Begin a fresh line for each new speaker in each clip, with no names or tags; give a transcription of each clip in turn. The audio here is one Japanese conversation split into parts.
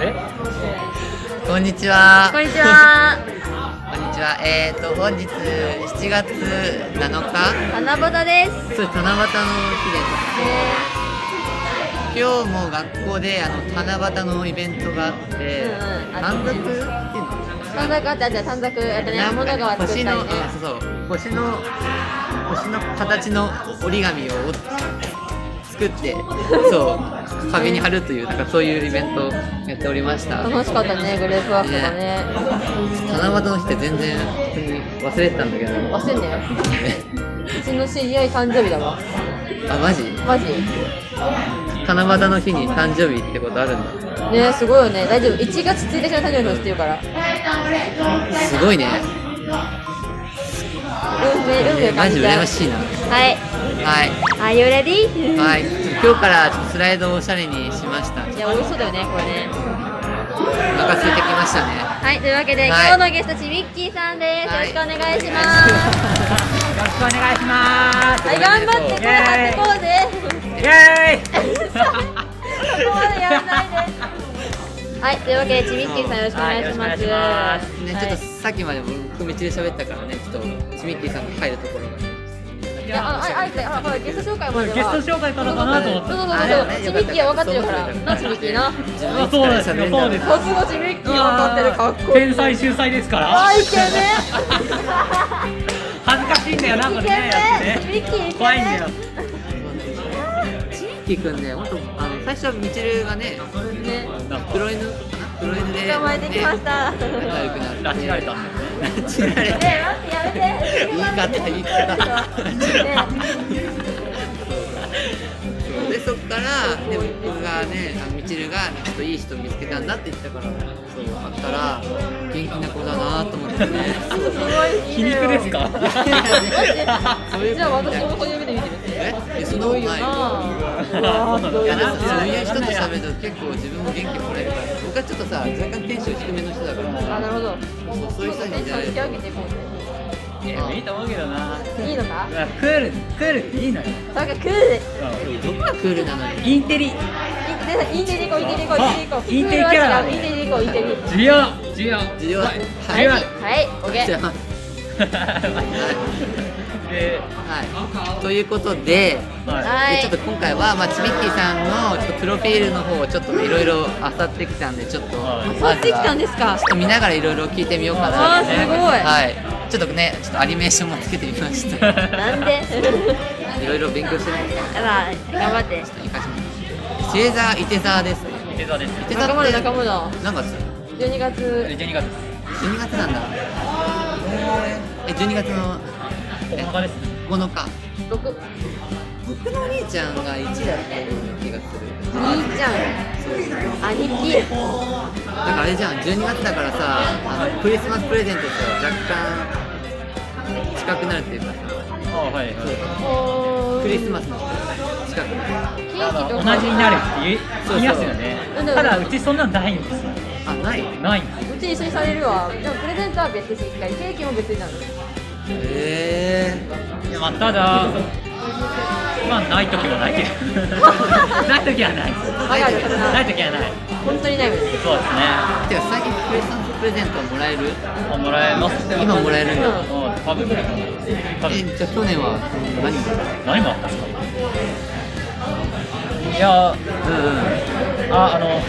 え
こんにちは。
こんにちは。
こんにちは。えっ、と、本日7月7日、
七夕です。
そう、七夕の日です。今日も学校で、あの、七夕のイベントがあって
うんう、んあ
短
っ
冊
た
って
ね
いう
短冊あったじゃあ短冊えっ
の
とね
なん
物
かね
が作った
星
りね
の、あそうそう、星の、星の形の折り紙を作って、そう、壁に貼るという、なんかそういうイベントをやっておりました。
楽しかったねグループワークがね
七夕の日って全然普通に忘れてたんだけど。
忘れんねうちの知り合い誕生日だわ
あ、マジ
マジ
七夕の日に誕生日ってことあるんだ。
ねすごいよね大丈夫1月1日の誕生日の人って言うから
すごいね。
運命運命
マ
感
ジ
じちゃ
羨
う
ましいな。
はい
は
Are you ready?
い。はい。今日からちょっとスライドをおしゃれにしました。
いや美味しそうだよねこれね
お腹空いてきましたね。
はいというわけで、
はい
今日のゲストちミッキーさんです、
は
よ
い
ろしくお願いします
よろしくお願いしま
はい頑張ってこれ買ってこうぜ
すイエーイ
はい、というわけで、ちみっきーさん、よろしくお願いします。
はいよろしく
ね、ちょっとさっきまで僕道で喋ったからね、ちょっとちみっきーさんが入るところが。
いや、あ、あ、あいつ、あ、ほら、ゲスト紹介までは。
ゲスト紹介からかなと思った
そうそうそう
あでもね
ちみっきーは分かってるからなちみっきーな
あそうですよそうです
さすがちみっきー分かってる、かっこいい。
天才秀才ですから
あ、イケ
恥ずかしいんだよなこ
メン。
れ
イケメン。ちみっきー、イケメン。
ねやつね怖いんだよ
ちみっきーくんね、本当あの最初はみちるがね、
ね、
黒犬かな黒犬で、
捕まえてきました。ね、
ね。仲良くなって。
拉致られたん
拉致られた。
待って、やめて。
言い方言い
ね
方。でそっからで僕がねあのみちるがちょっといい人見つけたんだって言ったからそう分かったら元気な子だなと思ってね
すごい。
皮肉ですか
そういう
じゃあ、
こと
私もこういう目で見てる。
ええそ
す
んなこ
ご
と
いよ
ないよ
な。
いやなんかそういう人と喋ると結構自分も元気もらえるから僕はちょっとさ若干テンション低めの人だから
あ、なるほど。
そうそういう人
テ
に
ンシ
じ
ョ
ゃ
ン引き上
ない
げていこう
いやいいと思うけどな
ね。いいのか。
クールクールっていいのよ
なんかクール。
どこがクールなのに
インテリ
インテリ行こう、インテリ行こう、インテリ行こう。
インテリキャラだね
インテリ行こう、インテリ。
需要需要
需要はい
はい
は
はい
い、オッケ
じゃ
ー。
あ
で
はいということで
は
は
で
い
ちょっと今回は、まあ、ちみっきーさんのちょっとプロフィールの方をちょっといろいろ漁ってきたんでちょっと
はい
まず
漁
は
ってきたんですか
ちょっと見ながらいろいろ聞いてみようか
あ
な
ー
と
すごい
はい、ちょっとねちょっとアニメーションもつけてみまし た
なんで。
いろいろ勉強してみて
まあ、頑張って。
いかします星座伊手座ですね
い手座です
伊手座
仲間
っ
だ、
て
仲間だ。
何月
十二月。
12月です
12月なんだえ12月の
お墓ですね
9日
六。
僕のお兄ちゃんが1だったような気がする
兄ちゃん。兄貴。
だからあれじゃん、12月だからさ、あのクリスマスプレゼントと若干近くなるっていうかさ、
あはいはい
おー
クリスマスの近くなる。
ケーキ
あ
と
の
か。
同じになるって
そうそう
言い言いますよね
うん
ただうちそんなのないんですよ
あ、ないへ
ないんですよ
うち一緒にされるわ。でも、プレゼントは別に一回、ケーキも別になの。
え
いやまあただまあない時はないけど ない時はない
ー。
わかる
ない時はない
本当にないもん。
そうですね
てか最近クリスマスプレゼントもらえる
あもらえます
今もらえるんだ。
うん
うん多分多分
え、じゃあ去年は何もら
何もらったんですかいや
え
ああの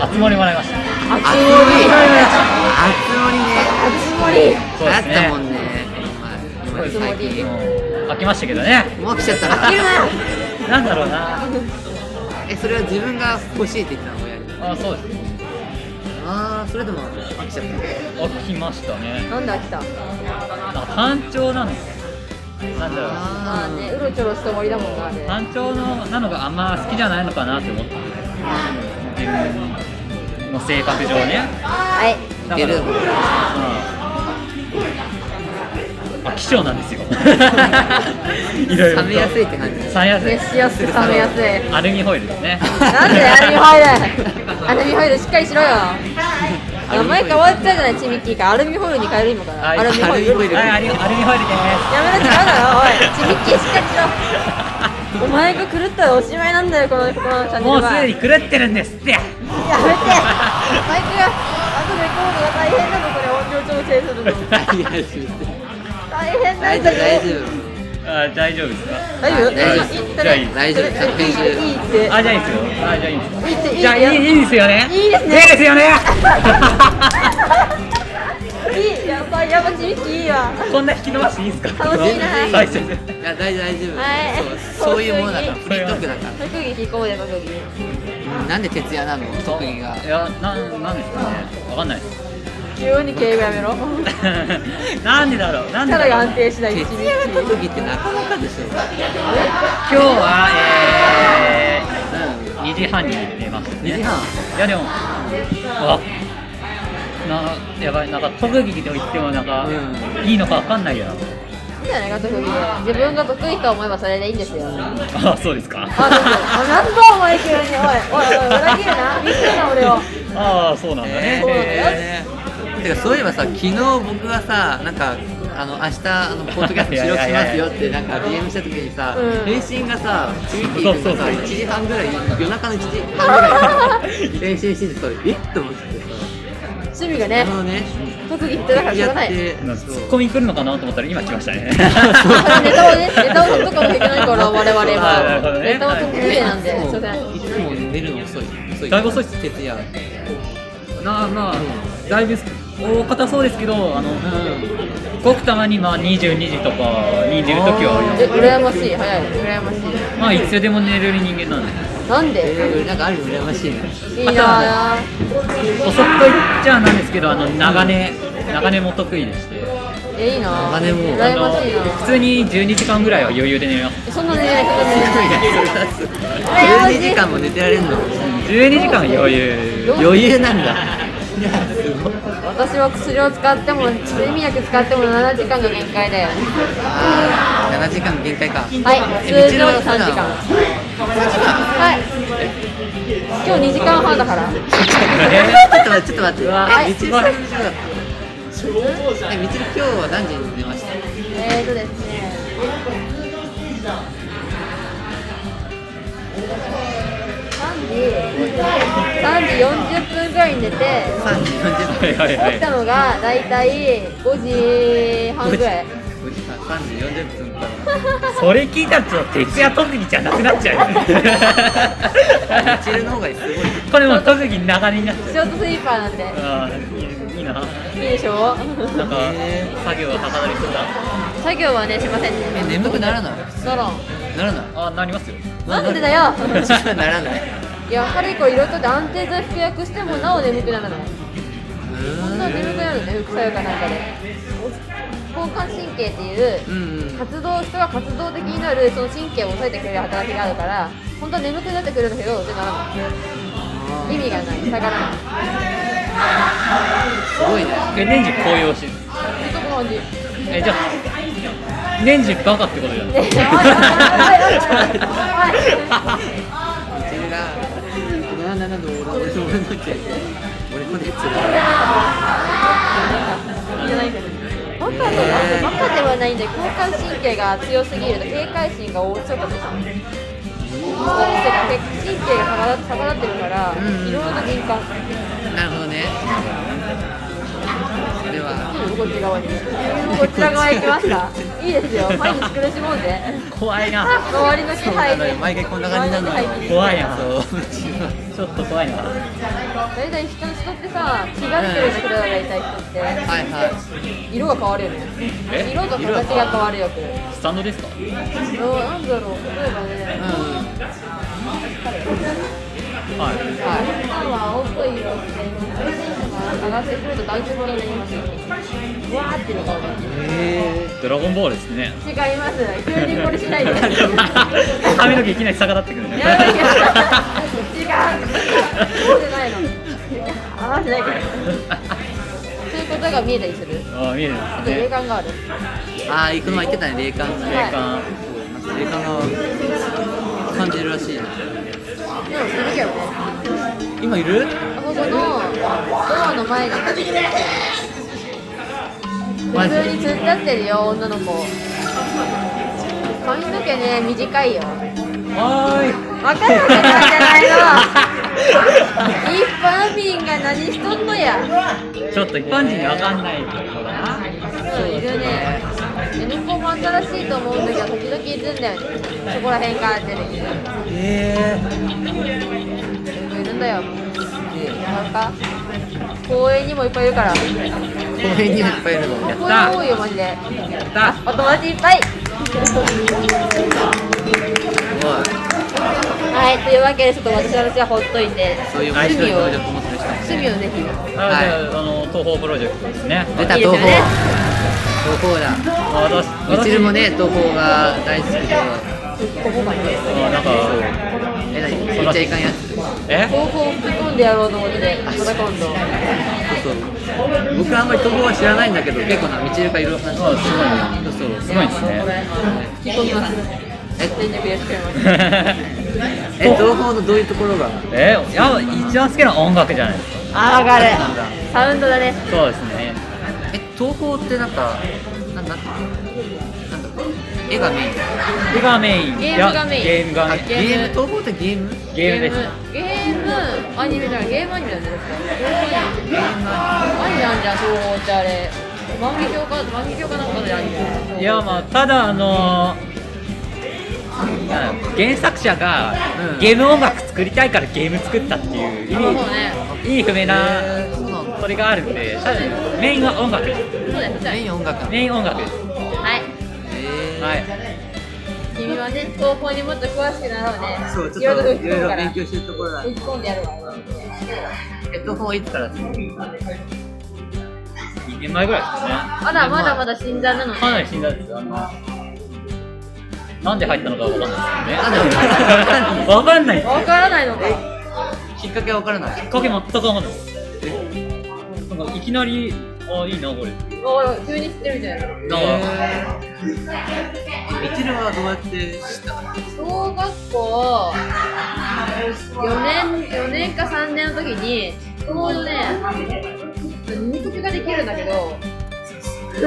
あ集まりもらいました
あ
たうんうん。熱盛熱
つ森。
盛ね。
そうですね
あったもんね。お前お前最近。
もう飽きましたけどね
もう来ちゃった
飽きるな。
なんだろうな
え、それは自分が欲しいって言ったの親に。
あそうです
あー、それでも飽きちゃった。
飽きましたね
なんで飽きた。
なんか単調なんですよなんだろう
まあね、うろちょろした森だもんな、あれ。
単調のなのがあんま好きじゃないのかなって思って自分の性格上ね
はい。
だか
いけ
ら、
る
うん、あ貴重なんですよいろいろと
冷めやすいって感じ
冷めやすい
熱しやすく冷めやすい。
アルミホイルですね
なんでアルミホイルアルミホイルしっかりしろよ名前変わっちゃうじゃないちみっきーからアルミホイルに変える今から
はい
アルミホイルや
イル
はいアルミアルミホイルです
めろ違うだろおいちみっきーしっかりしろお前が狂ったらおしまいなんだよこのこのチャンネル
も
は
うすでに狂ってるんです って
やめてマイクがあとレコードが大変なのこれ音量調整するの
大丈夫です
大変な
大
んだよ
丈夫大丈
あ大丈夫ですか
大丈夫
大丈夫
いい
じゃあいい
大丈夫ちゃんと編集
いいいいって
あじゃあいいですよあじゃあいいです
いいっていい
じゃあいいいいですよね
いいですね
いいですよね
いいやばいやばい響きいいわ
こんな引き伸ばしていいですか
楽しいな
最初で
夫いや大丈夫大丈夫、
はい
そうそういうものだから
そう
フリートークだか
特技聞こうよ特技
らなんで徹夜なの特技が
いやななんですかねわかんないです
急に敬語やめろ
なんでだろうなんでだ
力
ろ
が
う
安定しない
徹
響
夜が特技ってなかなかでしょ
今日はえ
う
ー、2時半に寝ましたね
2時半
いやでもあなやばいなんか特技と言ってもなんか、
う
いいのかわかんないよない
いじゃないか特技で自分が得意と思えばそれでいいんですよあ
あそうですか
そうそうあなんだお前急においおいおい裏切るなびっくりな俺 を
ああそうなんだ
えー
ね
そうなんだよ
えーてかそういえばさ昨日僕がさなんかあの明日あのポッドキャスト収録しますよってなんか DM した時にさ、
うん
返信がさ次っていう
そう
か
そう
さ
そう
1時半ぐらい夜中の1時半ぐらいに返信しててそれえっと思って
趣味が
さ
ね
あのね
特技ってだからしょうがない
なんか
そ
ツ
う
ッコミ来るのかなと思ったら今来ましたね
ネタを ね、ネタを取っとかなきゃいけ ないから、我々
あなるほど
は。
ね
ネタを取ってくれなんで、
い
すい
つ
ません
もいつも寝るの遅い遅い
だいぶ遅いっす
徹夜
なあまあだいぶ大方そうですけどあの、ごくたまにまあ22時とかに寝る時はありま
え、
す
羨ましい、早い、羨ましい。
まあいつでも寝れる人間なんで
なんで。
うん、なんかある意味羨ましいね
いいなあ。
遅くと言っちゃなんですけどあの長寝長寝も得意でして
え、いいなあ。
あでも
あ
羨
の
ましいな。
普通に12時間ぐらいは余裕で寝ます
えそんな寝ない、そんな
それ
寝 ない。
は12時間も寝てられるの
12時間は余裕
余裕なんだいやすごい
私は薬を使っても、睡眠薬使っても、7時間が限界だよ。
あー7時間限界か
はい、
え
通常の3時間。はい。今日2時間半だ から。
ちょっと待ってちょっと待って
わ
えみちるさんじゃなかったえみちる今日は何時に寝ました
えーとですね。3時40分ぐらいに寝て、
3時40
はい
分
はいは
起き
い
たのがだいたい5時半ぐらい。
5時間3時40分か
それ聞いたらちょっと徹夜特技じゃなくなっ ちゃうよ
ら
ね
みちるの方がすごい
これもう特技長寝になっちゃう
ショートスリーパーなんで、
あーいいない
いでしょ
なんか
へー
作業はかどりそうだ
作業はね、しません
え
ね。
眠くならない
ならん。
ならない
あなりますよ
なんでだよ
それはならない
いや、かれこれ色とで安定剤服薬してもなお眠くならない。そんな眠くなるのね、副作用かなんかで。交感神経っていう
うーんうんうん
活動人が活動的になるその神経を抑えてくれる働きがあるから本当は眠くなってくるんだけどでならない意味がない下がらない
すごいね
え年中紅葉してる
ずっとこの感じね
えじゃあ年中バカってことじゃ ない
えおいおいおいおいおい
こちらが77の俺俺もなきゃ俺もねつ
じゃないけどバカとかバカではないんで交感神経が強すぎると警戒心が多そうかもしれないストレスが神経が逆ら逆らってるから
うん
いろいろと敏感
なるほどねそれは
こっち側にこちら側へ行きますかいいですよ毎日苦しもうぜ
怖いな
周りの気配
そうなのよ
に
毎回こんな感じなのよ
周り気配に
怖いな
そううちは
ちょっと怖いな
大体人人ってさ気が付けるんだけど大体人って、
はいはい
色が変わるよね
え
色と形が変わるよく
スタンドですか
なんだろう例えばね
うん
はい
さ今は青っぽい色を着て上がってくると大丈夫になりますよわーっていうのが
え
ドラゴンボールですね
違います急にこれしないで
髪の毛いきなり逆立ってくるね
やばいけど違うそうじゃないの合わせないけどそういうことが見えたりする
あ見えるん
あと
です
霊
ね
感がある
ー、ああ行くのは行ってたね霊感
霊
が
感
霊感が感じるらしいな
でもするけどね
今いる
あそこのドアの前に普通
マジ
に積んだってるよ女の子髪の毛ね短いよ
え
はーい
わかるわけないじゃないの一般民が何しとんのや
ちょっと一般人にわかんないところだな。
うんいるね N コンも新しいと思うんだけど時々いるんだよねそこら辺があってね
え
いろいるんだよなんか公園にもいっぱいいるから公園
ー、公園にもいっぱいいるの
やった
多いよマジで
やった
お友達いっぱい
すごい
はいというわけでちょっと私の話はほっといて
そういう面
趣
白
味
い
を
能力を持ってる人
趣味をぜひ
あじゃああの東宝プロジェクトですね。
出た
いいです
東
よ
宝
ね
東宝だ
私
みちるもね東宝が大好きで
私あなんか
え何言っちゃいかんやつ
え
方法を吹き込んでやろうと思ってねまた今度
そうそう僕あんまり東宝は知らないんだけど結構なみちるがいろいろ話してる
あ
そうそう
すごいですね。
吹き込みます
え
全力でやってます
え東宝のどういうところが
えいや一番好きな音楽じゃないですか。
あ、わかる。 サウンドだね。
そうですね。
え東宝ってなんかなんなんなんだろう絵がメイン
絵がメイン。
ゲームがメイン
いやゲームが
あ
メ
ゲ
イン
ゲーム
ーム東宝ってゲーム
ゲームです。
ゲーム、アニメじゃない、ゲームアニメなんですか。ゲームアニメなんじゃん、東宝ってあれ。万華鏡か、万華鏡かなんかでアニメ。
いやまあただあの原作者が
うん
ゲーム音楽作りたいからゲーム作ったっていう意
あ、そうね。
味意味不明な
えーそうなんだ
それがあるんでただメインは音楽です
そうだよ、そうだ
メイ
よ。
ン音楽なの
メイン音楽です
はい。
えー
はい
君はね、東宝にもっと詳しくなろうね。
そうち
い
ょ
ろ
っ
い
と
ろ吹
い
き込むから。吹
ろいろ勉強してるところだ
き込んでやるわ。
え東宝いつからですか
2年前ぐらいですかね
あら、まだまだ新参なのね。
かなり死んだんですよあのなんで入ったのかわかんないです
なん
けどねわかんない
わからないのか。
きっかけは分からない
きっかけ全くわかんないなんかいきなりあいいなこれ
おい、急に知ってるじゃない。
なんか
みちるはどうやって知ったの
小学校4年4年か3年の時にちょうどね二曲ができるんだけど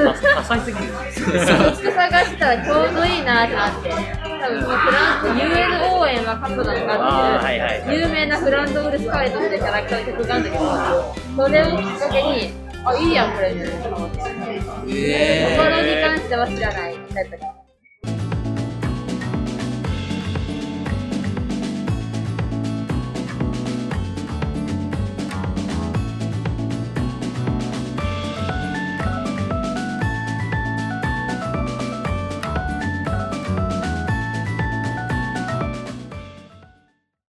あ浅いすぎる
一つ探したらちょうどいいなってなって多分フランス UL 応援はカップなのかっていう、
あーはいはいはい
有名なフランド・ウルス・カレットってキャラクターの曲があるんだけどそれをきっかけにあいいやんこれみたいなところに
え
関しては知らないタイプだ